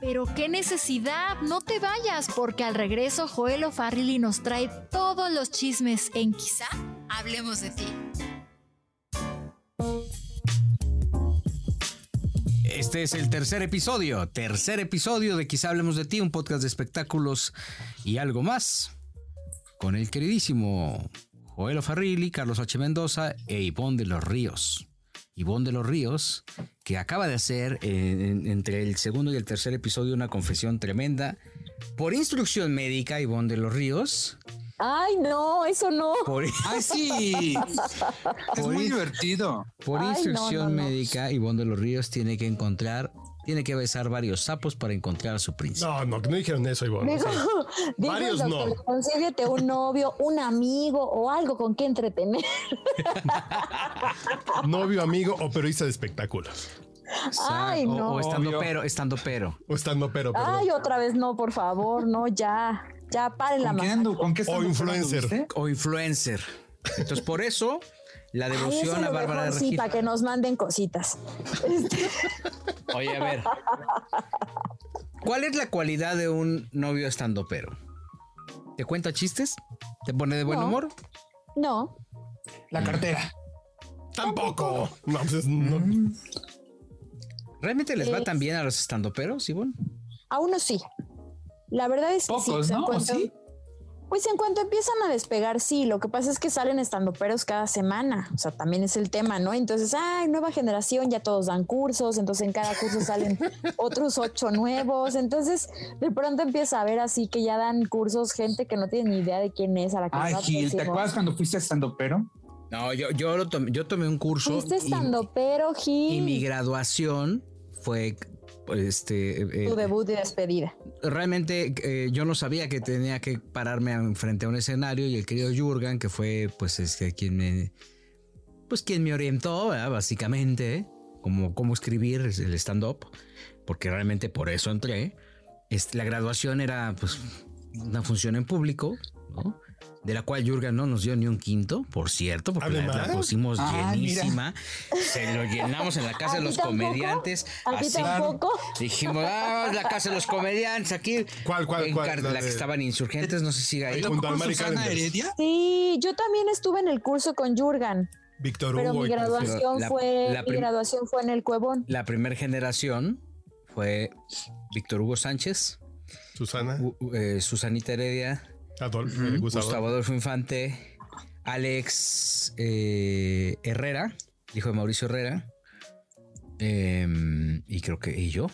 Pero qué necesidad, no te vayas, porque al regreso Joel O'Farrilly nos trae todos los chismes en Quizá hablemos de ti. Este es el tercer episodio, tercer episodio de Quizá hablemos de ti, un podcast de espectáculos y algo más, con el queridísimo Joel O'Farrilly, Carlos H. Mendoza e Ivonne de los Ríos. Ivonne de los Ríos, que acaba de hacer eh, en- entre el segundo y el tercer episodio una confesión tremenda. Por instrucción médica, Ivonne de los Ríos. Ay, no, eso no. Por, ¡Ay, sí! es muy divertido. por Ay, no, instrucción no, no. médica, Ivonne de los Ríos tiene que encontrar, tiene que besar varios sapos para encontrar a su príncipe. No, no, no dijeron eso, Ivonne. o Digo, sea, digo, varios doctor, no. consíguete un novio, un amigo o algo con que entretener. novio, amigo o periodista de espectáculos. O sea, Ay, o- no. o estando Obvio. pero, estando pero. O estando pero, perdón. Ay, otra vez no, por favor, no, ya, ya, paren la ¿Con quién mano. andu- con qué O andu- influencer. anduviste? O influencer. Entonces, por eso, la Ay, devoción eso a lo Bárbara de mejor sí, Regil. para que nos manden cositas. Este, Oye, a ver. ¿Cuál es la cualidad de un novio estando pero? ¿Te cuenta chistes? ¿Te pone de buen No. humor? no, La cartera. Tampoco. No, pues es- Mm. no. ¿Realmente les va Eh. tan bien a los estando peros, Ivonne? a uno sí. La verdad es que Pocos, sí. en ¿no? ¿O cuanto- sí? Pues en cuanto empiezan a despegar, sí, lo que pasa es que salen estando peros cada semana, o sea, también es el tema, ¿no? Entonces, ay, nueva generación, ya todos dan cursos, entonces en cada curso salen otros ocho nuevos, entonces de pronto empieza a ver así que ya dan cursos gente que no tiene ni idea de quién es a la que Ay, va Gil, ¿te próximo. acuerdas cuando fuiste estando pero? No, yo, yo, lo tomé, yo tomé un curso. Fuiste y- estando pero, Y mi Gil, graduación fue pues, este eh, tu debut y despedida. realmente eh, yo no sabía que tenía que pararme en- frente a un escenario y el querido Jurgen que fue pues este quien me pues quien me orientó ¿verdad? básicamente ¿eh? como cómo escribir el stand up porque realmente por eso entré Este, la graduación era pues una función en público ¿no? de la cual Jurgen no nos dio ni un quinto por cierto porque la, la Además. pusimos Ah, mira. llenísima se lo llenamos en la casa ¿A de ti los tampoco? comediantes ¿A ti así tampoco? Dijimos, ah, la casa de los comediantes aquí. ¿Cuál, cuál, En cuál? Car- La La, de- que estaban insurgentes, no sé si sigue ahí. Junto a Mari Susana Cárdenas. Heredia? Sí, yo también estuve en el curso con Jurgan, Víctor pero Hugo. mi y- graduación la- fue, la mi prim- graduación fue en el Cuevón. La primera generación fue Víctor Hugo Sánchez, Susana, U- U- eh, Susanita Heredia, Adolfo, Gustavo. Gustavo Adolfo Infante, Alex eh, Herrera, hijo de Mauricio Herrera, em, y creo que y yo.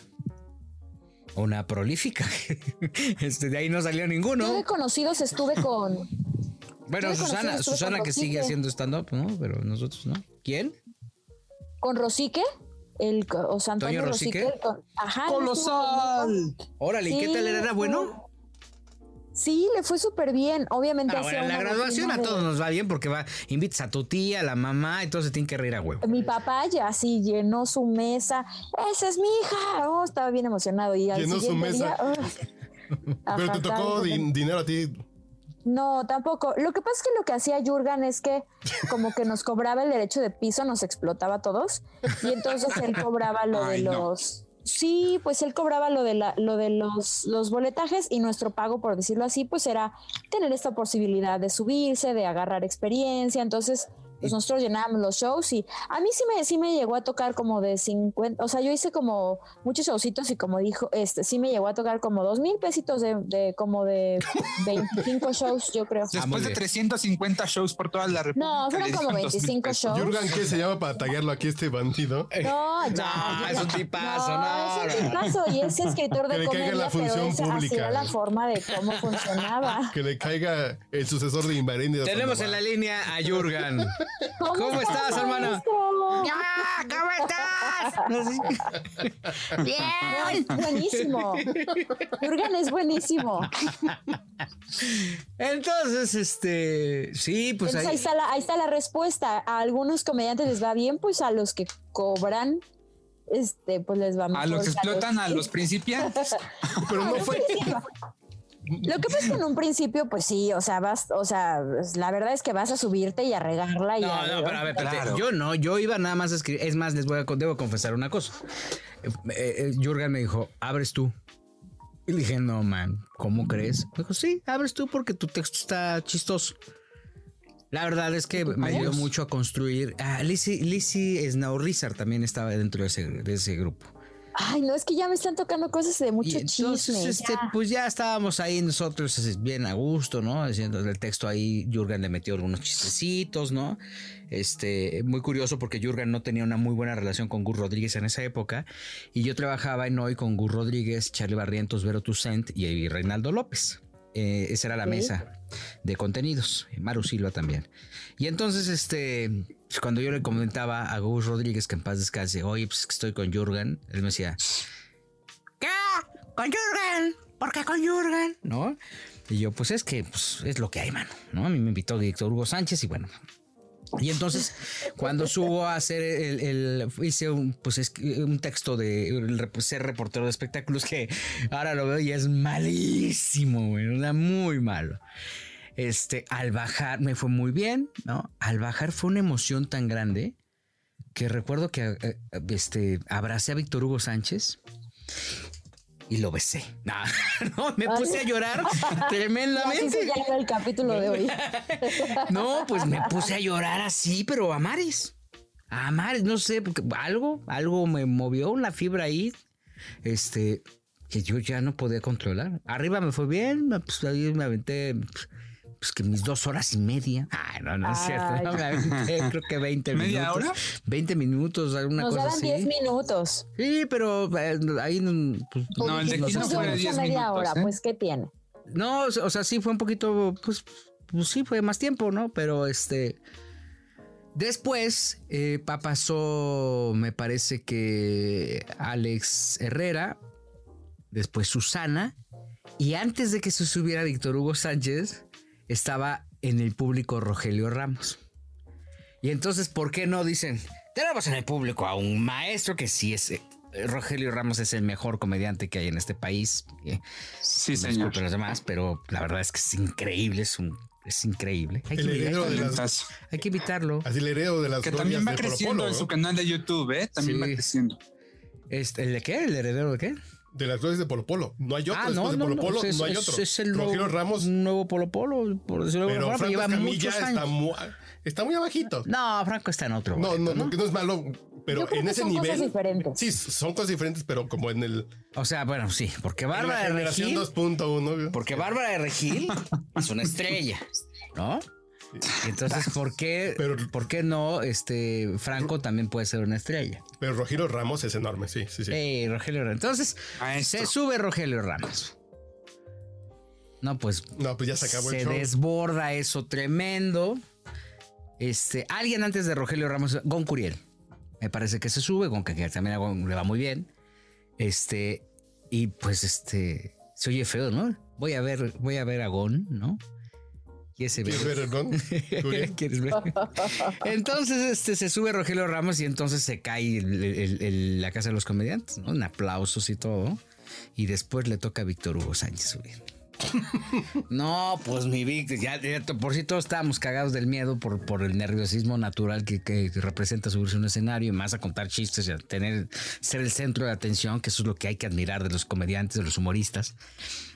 Una prolífica. Este, de ahí no salió Yo de ninguno. conocidos estuve con, Bueno, yo de conocidos Susana, estuve Susana con que sigue Rosique. haciendo stand-up, ¿no? Pero nosotros no. ¿Quién? con Rosique, el, co- o sea, Antonio ¿Toño Rosique? Rosique. el co- Ajá. él ¡Colosal! Órale, ¿y estuvo qué conmigo. tal era? ¿Era Sí, bueno? estuvo- Sí, le fue súper bien. Obviamente Ah, hacía bueno, en la una graduación rutina a de- todos nos va bien porque va, invitas a tu tía, a la mamá, y todos se tienen que reír a huevo. Mi papá ya así llenó su mesa. Esa es mi hija. Oh, estaba bien emocionado. Y al Llenó su siguiente mesa. día, oh. Pero Ajá, te tocó tal, din- dinero a ti. No, tampoco. Lo que pasa es que lo que hacía Jurgen es que como que nos cobraba el derecho de piso, nos explotaba a todos. Y entonces él cobraba lo de Ay, no. los... Sí, pues él cobraba lo de, la, lo de los, los boletajes y nuestro pago, por decirlo así, pues era tener esta posibilidad de subirse, de agarrar experiencia. Entonces, pues nosotros llenábamos los shows y a mí sí me, sí me llegó a tocar como de 50, o sea, yo hice como muchos showcitos y como dijo, este, sí me llegó a tocar como dos mil pesitos de, de como de 25 shows, yo creo. Ah, muy Después de bien. 350 shows por toda la República. No, fueron le como dieron 25 2000 shows. Jurgen, ¿qué se llama para taguearlo aquí este bandido? No, ya, No, ya, es un ya. tipazo, no, es un no. tipazo y es escritor Que de le caiga comedia, la función pero esa pública. hacía la forma de cómo funcionaba. Que le caiga el sucesor de Invarín. Tenemos en la línea a Yurgan. ¿Cómo estás, hermana? maestro? ¡Ah! ¿Cómo estás? Ay, buenísimo. Jürgen es buenísimo. Entonces, este. Sí, pues Entonces, ahí, ahí. está la, ahí está la respuesta. A algunos comediantes les va bien, pues a los que cobran, este, pues les va mejor. A los que que explotan a que- los principiantes. Pero no Lo fue. que pasa es que en un principio, pues sí, o sea, vas, o sea, pues, la verdad es que vas a subirte y a regarla. y No, no, pero a ver, espérate. Claro. Yo no, yo iba nada más a escribir. Es más, les voy a, debo confesar una cosa. Eh, eh, Jurgen me eh, dijo, abres tú. Y le dije, no, man, ¿cómo crees? Me dijo, sí, abres tú porque tu texto está chistoso. La verdad es que me dio mucho a construir. Ah, Lizzie, Lizzie Snaurizar también estaba dentro de ese, de ese grupo. Ay, no, es que ya me están tocando cosas de Y mucho entonces, chisme. este, pues ya estábamos ahí nosotros es- bien a gusto, ¿no? Diciendo el texto ahí, Jurgen le metió algunos chistecitos, ¿no? Este, muy curioso porque Jurgen no tenía una muy buena relación con Gus Rodríguez en esa época. Y yo trabajaba en hoy con Gus Rodríguez, Charlie Barrientos, Vero Tucent y, y Reinaldo López. Eh, esa era la Ok. mesa de contenidos, Maru Silva también. Y entonces, este, pues, cuando yo le comentaba a Gus Rodríguez que en paz descanse, oye, pues que estoy con Jurgen, él me decía, ¿qué? ¿Con Jurgen? ¿Por qué con Jurgen? ¿No? Y yo, pues es que pues, es lo que hay, mano, ¿no? A mí me invitó Víctor Hugo Sánchez y bueno. Y entonces, cuando subo a hacer el, el- hice un, pues, es- un texto de el rep- ser reportero de espectáculos que ahora lo veo y es malísimo, güey, era muy malo. Este, al bajar me fue muy bien, ¿no? Al bajar fue una emoción tan grande que recuerdo que eh, este, abracé a Víctor Hugo Sánchez y lo besé. No, no, me puse a llorar Y así tremendamente. se llama el capítulo de hoy. No, pues me puse a llorar así, pero a mares. A mares, no sé, porque algo, algo me movió la fibra ahí. Este, que yo ya no podía controlar. Arriba me fue bien, me- pues ahí me aventé. Pues, pues, que mis dos horas y media. Ah, no, no es cierto. Ay. no, me aventé, creo que 20 ¿Media minutos. hora? 20 minutos, alguna Nos cosa daban así. 10 minutos. Sí, pero eh, ahí no, pues, No, el de Dijimos, aquí no pues, fue yo de dije 10 media minutos. hora, ¿eh? pues, ¿qué tiene? No, o sea, sí fue un poquito, pues, pues sí fue más tiempo, ¿no? Pero este... Después eh, pa- pasó, me parece que Alex Herrera, después Susana, y antes de que se subiera Víctor Hugo Sánchez, estaba en el público Rogelio Ramos. Y entonces, ¿por qué no dicen? Tenemos en el público a un maestro que sí es... eh, Rogelio Ramos es el mejor comediante que hay en este país. eh, Sí, señor. Disculpen los demás, pero la verdad es que es increíble, es un es increíble. Hay que, El invitarlo, heredero de las, Talentazo. hay que invitarlo. así el heredero de las Que también va glorias de creciendo Polo ¿eh? Polo, en ¿no? su canal de YouTube, ¿eh? También Sí. va creciendo. Este, ¿El de qué? ¿El heredero de qué? De las glorias de Polo Polo. No hay otro. ah, después no, pues, de no, Polo no, Polo es, no hay es- otro. es el Rogelio nuevo, Ramos. un nuevo Polo Polo, por decirlo de alguna forma, Pero lleva Franco muchos Escamilla años. está, mu- está muy abajito. No, Franco está en otro. No, boleto, no, no, que no es malo, pero Yo creo en que ese son cosas nivel. diferentes. Sí, son cosas diferentes, pero como en el. O sea, bueno, sí, porque en la Bárbara de generación Regil, 2.1. porque Bárbara de Regil es una estrella, ¿no? Y entonces, ¿por qué, Pero- ¿por qué no este Franco también puede ser una estrella? Pero Rogelio Ramos es enorme, sí, sí, sí. Ey, Eh, Rogelio Ramos. Entonces, Maestro. se sube Rogelio Ramos. No, pues No, pues ya se acabó se el show. desborda eso tremendo. Este, alguien antes de Rogelio Ramos, Gon Curiel. Me parece que se sube, Gon que también a Gon le va muy bien. Este, y pues este, se oye feo, ¿no? Voy a ver, voy a ver a Gon, ¿no? Y ese ¿Quieres ver el Gon? Curiel? ¿Quieres ver? Entonces este, se sube Rogelio Ramos y entonces se cae el- el- el- la casa de los comediantes, ¿no? En aplausos y todo. Y después le toca a Víctor Hugo Sánchez subir. No, pues mi Víctor, ya, ya to- por si todos estábamos cagados del miedo por, por el nerviosismo natural que, que representa subirse a un escenario y más a contar chistes y a tener, ser el centro de atención, que eso es lo que hay que admirar de los comediantes, de los humoristas.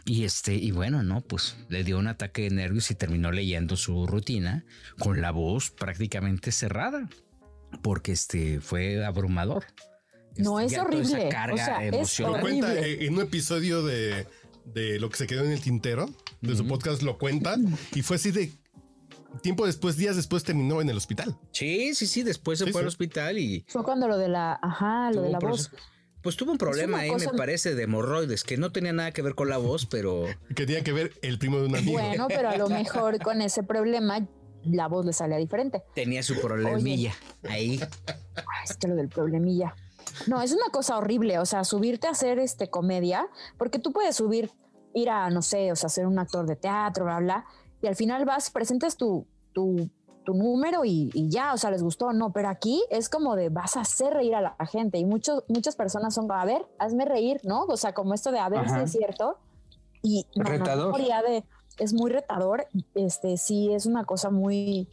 Y este, y bueno, no, pues le dio un ataque de nervios y terminó leyendo su rutina con la voz prácticamente cerrada, porque este fue abrumador. No, Este, es ya toda esa horrible. carga O sea, es Lo emocional. horrible. cuenta eh, en un episodio de, de lo que se quedó en el tintero, de su podcast lo cuenta, y fue así de tiempo después, días después terminó en el hospital. Sí, sí, sí, después se Sí, fue al sí. hospital y Fue cuando lo de la, ajá, lo tuvo de un la voz. proceso- Pues tuvo un problema una ahí, cosa- me parece, de hemorroides, que no tenía nada que ver con la voz, pero Que tenía que ver el primo de un amigo. Bueno, pero a lo mejor con ese problema la voz le sale diferente. tenía su problemilla ahí. Ay, "Ah, Es que lo del problemilla. No, es una cosa horrible, o sea, subirte a hacer este comedia, porque tú puedes subir, ir a, no sé, o sea, ser un actor de teatro, bla, bla, y al final vas, presentas tu, tu, tu número y, y ya, o sea, les gustó o no, pero aquí es como de vas a hacer reír a la gente y muchos, muchas personas son, a ver, hazme reír, ¿no? O sea, como esto de, a ver Ajá. si es cierto. Y no, no, Retador. no, ya de- es muy retador, este, sí, es una cosa muy,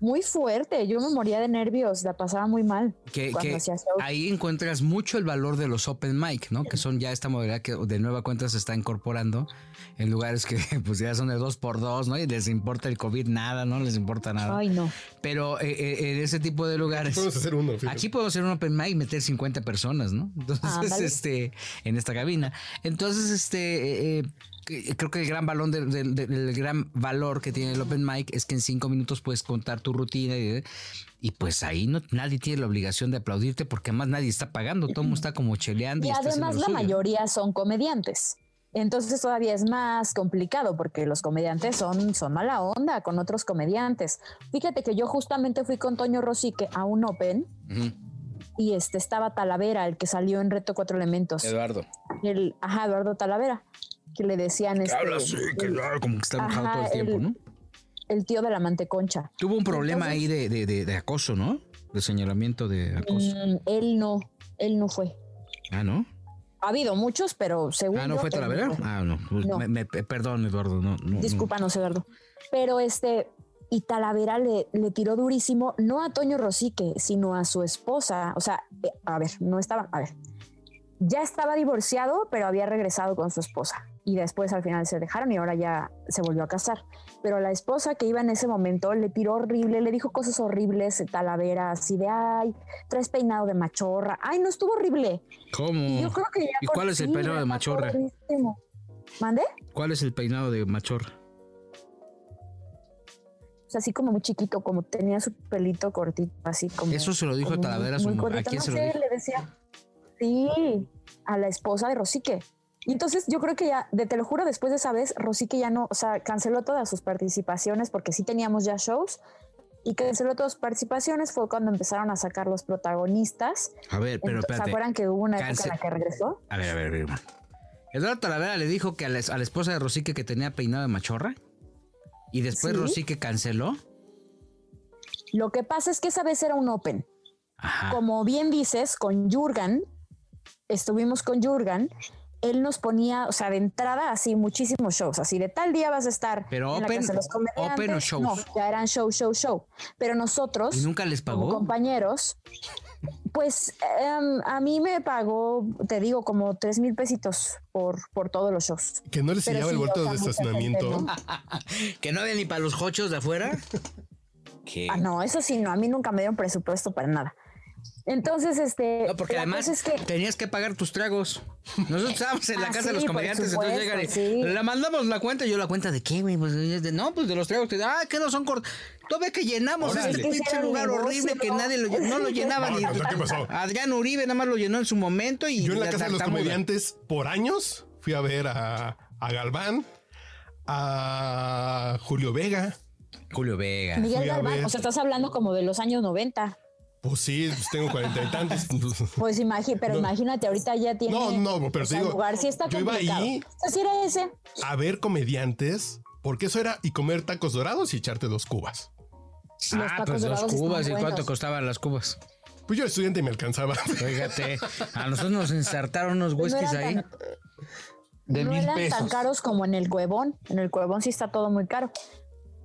muy fuerte. Yo me moría de nervios, la pasaba muy mal. Que, cuando eh, que hacía show. ahí encuentras mucho el valor de los open mic, ¿no? Que son ya esta modalidad que de nueva cuenta se está incorporando en lugares que pues ya son de dos por dos, ¿no? Y les importa el COVID nada, no les importa nada. Ay, no. Pero eh, eh, en ese tipo de lugares... Podemos hacer uno. fíjate. Aquí podemos hacer un open mic y meter 50 personas, ¿no? Entonces, Ándale. este, en esta cabina. Entonces, este, eh, eh, creo que el gran balón del, del- del- el gran valor que tiene el open mic es que en cinco minutos puedes contar tu rutina y, y pues ahí no, nadie tiene la obligación de aplaudirte porque además nadie está pagando, todo el mundo está como cheleando. Y está haciendo además lo la suyo. mayoría son comediantes. Entonces todavía es más complicado porque los comediantes son, son mala onda con otros comediantes. Fíjate que yo justamente fui con Toño Rosique a un Open Ujú. y este estaba Talavera, el que salió en Reto Cuatro Elementos. Eduardo. El, ajá, Eduardo Talavera, que le decían este, Habla así, que el, claro, como que está enojado Ajá, todo el el- tiempo, ¿no? el tío de la manteconcha. Tuvo un problema ahí de, de- de- de acoso, ¿no? De señalamiento de acoso. Mm, él no, él no fue. Ah, ¿no? Ha habido muchos, pero según Ah, ¿no yo, fue él no Talavera? fue. Ah, no. No. Me- me- perdón, Eduardo, no. no, no. Discúlpanos, Eduardo. Pero este, y Talavera le, le tiró durísimo, no a Toño Rosique, sino a su esposa. O sea, eh, a ver, no estaba, a ver. Ya estaba divorciado, pero había regresado con su esposa. Y después al final se dejaron y ahora ya se volvió a casar. Pero la esposa que iba en ese momento le tiró horrible, le dijo cosas horribles, Talavera, así de, ay, traes peinado de machorra. Ay, no, estuvo horrible. Y yo ¿Cómo? creo que ya Mm. ¿Y con- cuál es el sí, peinado de me atacó machorra? durísimo. ¿Mande? ¿Cuál es el peinado de machorra? O sea, así como muy chiquito, como tenía su pelito cortito, así como. Eso se lo dijo como Talavera a su muy mamá. ¿A cortito. quién No se lo sé, dijo? le decía. Sí, a la esposa de Rosique. Y entonces yo creo que ya, de, te lo juro, después de esa vez, Rosique ya no, o sea, canceló todas sus participaciones porque sí teníamos ya shows y canceló todas sus participaciones. Fue cuando empezaron a sacar los protagonistas. A ver, pero Entonces, ¿Se espérate. acuerdan que hubo una Cancel- época en la que regresó? A ver, a ver, a ver. Eduardo Talavera le dijo que a la, a la esposa de Rosique que tenía peinado de machorra. Y después Sí. Rosique canceló. Lo que pasa es que esa vez era un open. Ajá. como bien dices, con Jurgen, estuvimos con Jurgen, él nos ponía, o sea, de entrada, así muchísimos shows, así de tal día vas a estar. Pero en la open- casa de los comediantes. open o shows. No, ya eran show, show, show. Pero nosotros, ¿Y nunca les como pagó? compañeros, pues em, a mí me pagó, te digo, como tres mil pesitos por, por todos los shows. Que no les Pero sellaba sí, el o vuelto sea, de mucha estacionamiento. gente, ¿no? ¿Que no había ni para los jochos de afuera? ¿Qué? Ah, no, eso sí, no, a mí nunca me dieron presupuesto para nada. Entonces, este. No, porque la además cosa es que tenías que pagar tus tragos. Nosotros estábamos en la Ah, casa de los sí, por comediantes, entonces llegan y supuesto, sí. la mandamos la cuenta. Y yo, ¿la cuenta de qué, güey? Pues, es de- no, pues de los tragos. que- Ah, que no son cortos. Tú ves que llenamos Órale. este pinche Hicieron lugar negocio, horrible que ¿no? nadie lo, lle- no lo llenaba. No, ni, no, no, ¿qué pasó? Adrián Uribe nada más lo llenó en su momento. y Yo en la ya casa de los tartamuda. comediantes, por años, fui a ver a, a Galván, a Julio Vega. Julio Vega. Miguel fui a Galván, ver. o sea, estás hablando como de los años 90. Pues sí, pues tengo cuarenta y tantos. Pues imagi- pero No. imagínate, ahorita ya tiene. No, no, pero te o sea, digo, lugar sí está yo iba complicado. ahí- O sea, sí era ese. Ah, A ver comediantes, porque eso era y comer tacos dorados y echarte dos cubas. Los Ah, tacos pues dos dorados están cubas. ¿Y cuánto buenos. costaban las cubas? Pues yo era estudiante y me alcanzaba. Fíjate, a nosotros nos ensartaron unos Pues no whiskies eran ahí. tan- De no mil eran tan pesos. caros como en el cuevón. En el cuevón sí está todo muy caro.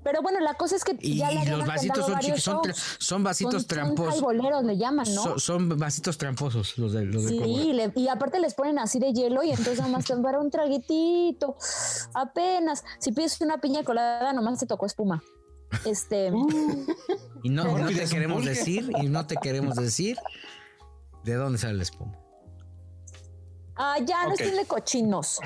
Pero bueno, la cosa es que Y, ya le y habían los vasitos agendado son varios chiquitos, son, tra- shows. son vasitos Son- tramposos. Son boleros le llaman, ¿no? So- son vasitos tramposos los de los de Sí, Cobra. y, le- y aparte les ponen así de hielo y entonces nada más te para un traguitito. Apenas. Si pides una piña colada, nomás te tocó espuma. Este. Y no, Pero no te pides un queremos pulque. decir, y no te queremos decir de dónde sale la espuma. Ah, ya no Ok. estén de cochinos.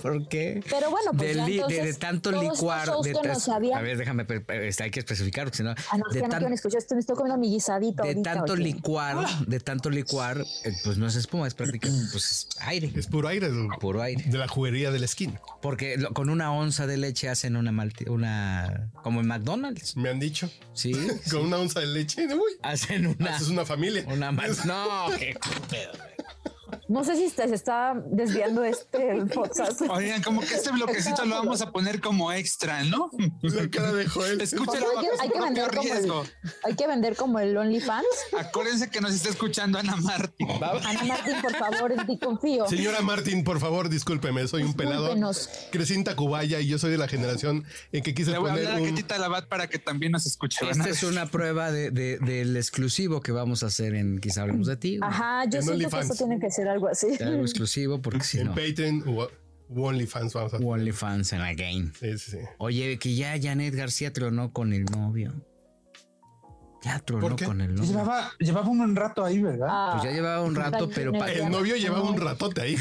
¿Por qué? Pero bueno, pues Del ya li- de, entonces, de tanto todos licuar. estos shows De que tas- nos habían- A ver, déjame, per- per- este, hay que especificar, porque si no. Ah, no, es de que no tan- quiero ni escuchar esto, me estoy comiendo mi guisadito. de ahorita, Ah. tanto oye. licuar, de tanto licuar, eh, pues no es espuma, es prácticamente pues, es aire, Es puro aire de, puro aire. de la juguería de la esquina. Porque lo- con una onza de leche hacen una, malti- una como en McDonald's, Me han dicho. ¿sí? Con una onza de leche. Uy, Hacen una, haces una familia. una mal- No, qué pedo. No sé si está- se está desviando este el podcast. Oigan, como que este bloquecito lo vamos a poner como extra, ¿no? La cara de Joel. Escúchalo Hay que- bajo hay su que propio vender como el- riesgo. Hay que vender como el OnlyFans. Acuérdense que nos está escuchando Ana Martín. Ana Martín, por favor, en ti confío. Señora Martín, por favor, discúlpeme, soy un pelado. Discúlpenos. Crecí en Tacubaya y yo soy de la generación en que quise Le voy a poner hablar a un... Ketita Labat para que también nos escuche. van a Esta es ver. una prueba de- de- del exclusivo que vamos a hacer en Quizá hablemos de ti. Ajá, yo En siento que OnlyFans. eso tiene que ser algo así. Algo exclusivo porque si En no, Patreon u, u OnlyFans, vamos a... OnlyFans en la game. Sí, sí, sí. Oye, que ya Janet García tronó con el novio. Ya tronó ¿Por qué? con el novio. Pues Llevaba, llevaba un buen rato ahí, ¿verdad? Ah, Pues ya llevaba un rato, pero, pa- El novio lleva un ratote ahí.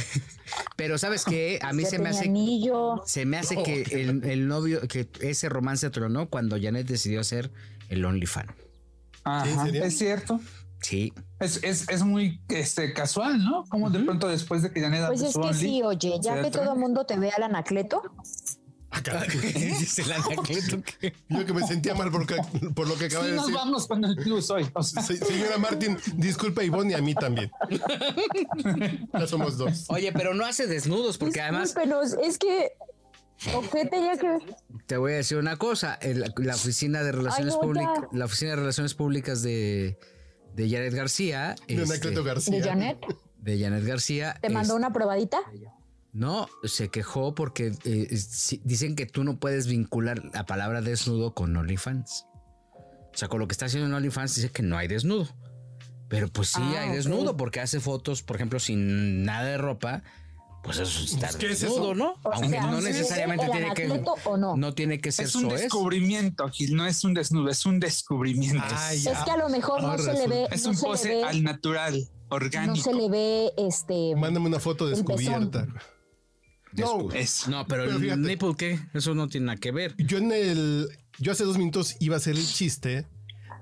pero ¿sabes qué? A mí ya se me tenía hace anillo. se me hace que el, el novio, que ese romance tronó cuando Janet decidió hacer el OnlyFans. ¿Sí, en Ajá, serio? es cierto. Sí. Es, es, es muy este, casual, ¿no? Como de pronto después de que Janet Pues es su que Only, sí, oye, ya se que atrae. todo el mundo te ve al anacleto, Ah, caray. Dice el anacleto que- Yo que me sentía mal por, ca- por lo que acaba Sí, de nos decir. vamos con el plus hoy. O sea, Se- señora Martín, disculpa a Ivonne y a mí también. Ya somos dos. Oye, pero no hace desnudos porque además Discúlpenos, es que ojete ya que Te voy a decir una cosa, el- la oficina de relaciones no, ya. públicas, la oficina de relaciones públicas de, de Janet García, De este, Anacleto García. de Janet de Janet García, te mandó es- una probadita. no se quejó porque eh, es- si- dicen que tú no puedes vincular la palabra desnudo con OnlyFans. O sea, con lo que está haciendo en OnlyFans dice que no hay desnudo, pero pues sí Ah, hay ok. desnudo porque hace fotos, por ejemplo, sin nada de ropa. Pues eso es estar ¿qué es desnudo, eso? ¿no? O Aunque sea, no ¿es necesariamente el tiene que anacleto o no? no tiene que ser es un soez. descubrimiento, Gil. No es un desnudo, es un descubrimiento. Ay, ya. Es que a lo mejor no Ahora se le ve, es no un se le pose ve- al natural, no orgánico. se le ve este Mándame una foto El pezón. descubierta. No, Eso. No, pero, Pero el fíjate. nipple, ¿qué? Eso no tiene nada que ver. yo en el. Yo hace dos minutos iba a hacer el chiste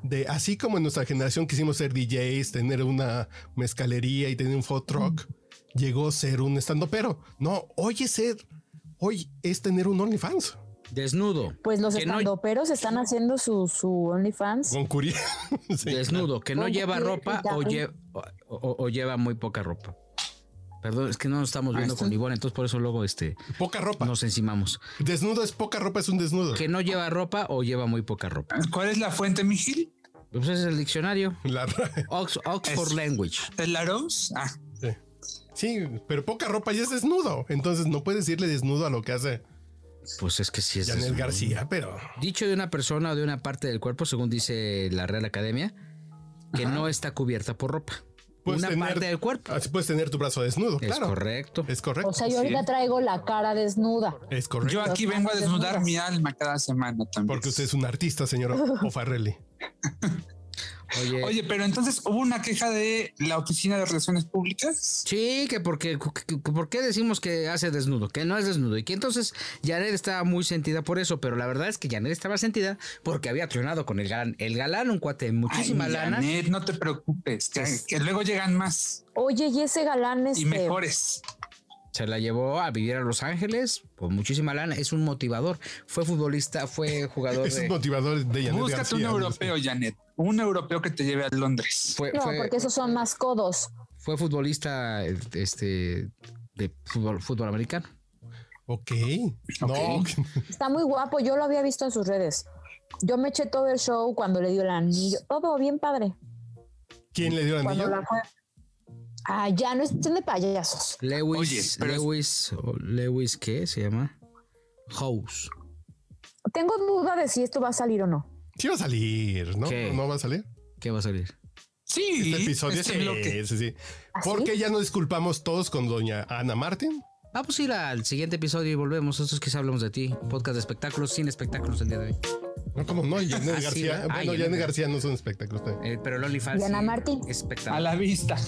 de así como en nuestra generación quisimos ser DJs, tener una mezcalería y tener un food truck, llegó a ser un estando pero. No, hoy es ser. Hoy es tener un OnlyFans. Desnudo. pues los Que no- estandoperos están haciendo su, su OnlyFans. Con Curie. Sí. Desnudo, que no Ponte lleva que- ropa ya. o, lle- o- o- o lleva muy poca ropa. Perdón, es que no nos estamos Ah, viendo está. con Ivonne, entonces por eso luego este, Poca ropa. nos encimamos. Desnudo es poca ropa, es un desnudo. Que no lleva ropa o lleva muy poca ropa. ¿Cuál es la fuente, mi Gil? Pues ese es el diccionario. La ra- Ox- Oxford Es- Language. ¿El Arose? Ah, Sí, pero poca ropa ya es desnudo. Entonces no puedes decirle desnudo a lo que hace Pues es que sí es. Janel desnudo. García, pero Dicho de una persona o de una parte del cuerpo, según dice la Real Academia, que no está cubierta por ropa. Puedes una Pues tener- parte del cuerpo. así puedes tener tu brazo desnudo, Es claro. correcto. Es correcto. O sea, yo ahorita traigo la cara desnuda. es correcto. yo aquí vengo a desnudar mi alma cada semana también. Porque usted es un artista, señora O'Farrelly. Oye, Oye, pero entonces hubo una queja de la Oficina de Relaciones Públicas. Sí, que porque, que- que- ¿por qué decimos que hace desnudo? Que no es desnudo. Y que entonces Janet estaba muy sentida por eso, pero la verdad es que Janet estaba sentida porque había tronado con el galán. El galán, un cuate de Ay, muchísima mi lana. Janet, no te preocupes, que, que luego llegan más Oye, y ese galán este y mejores. Se la llevó a vivir a Los Ángeles con muchísima lana. Es un motivador. Fue futbolista, fue jugador Es un de. motivador de Janel Búscate un García. europeo, Janet. Un europeo que te lleve a Londres. Fue, No, fue- porque esos son más codos. fue futbolista este, de fútbol, fútbol americano. Ok. No, Está muy guapo, yo lo había visto en sus redes. Yo me eché todo el show cuando le dio el anillo. Todo bien padre. ¿quién le dio el Cuando anillo? la fue- Ah, ya no es son de payasos. Lewis, Oye, pero es- Lewis, o Lewis, ¿qué se llama? House. Tengo duda de si esto va a salir o no. Sí va a salir, ¿no? ¿Qué? ¿No va a salir? ¿Qué va a salir? Sí, Este episodio este sí, bloque. sí, sí. ¿Ah, sí? Porque ya nos disculpamos todos con doña Ana Martín. Vamos a ir al siguiente episodio y volvemos. Esto es Quizá Hablemos de Ti, podcast de espectáculos, sin espectáculos el día de hoy. No, como no, Janel Ah, sí, García. ¿verdad? Ah, bueno, Janet Janel García no es un espectáculo. Eh, pero el OnlyFans. Diana sí, Martín. A Espectacular. la vista.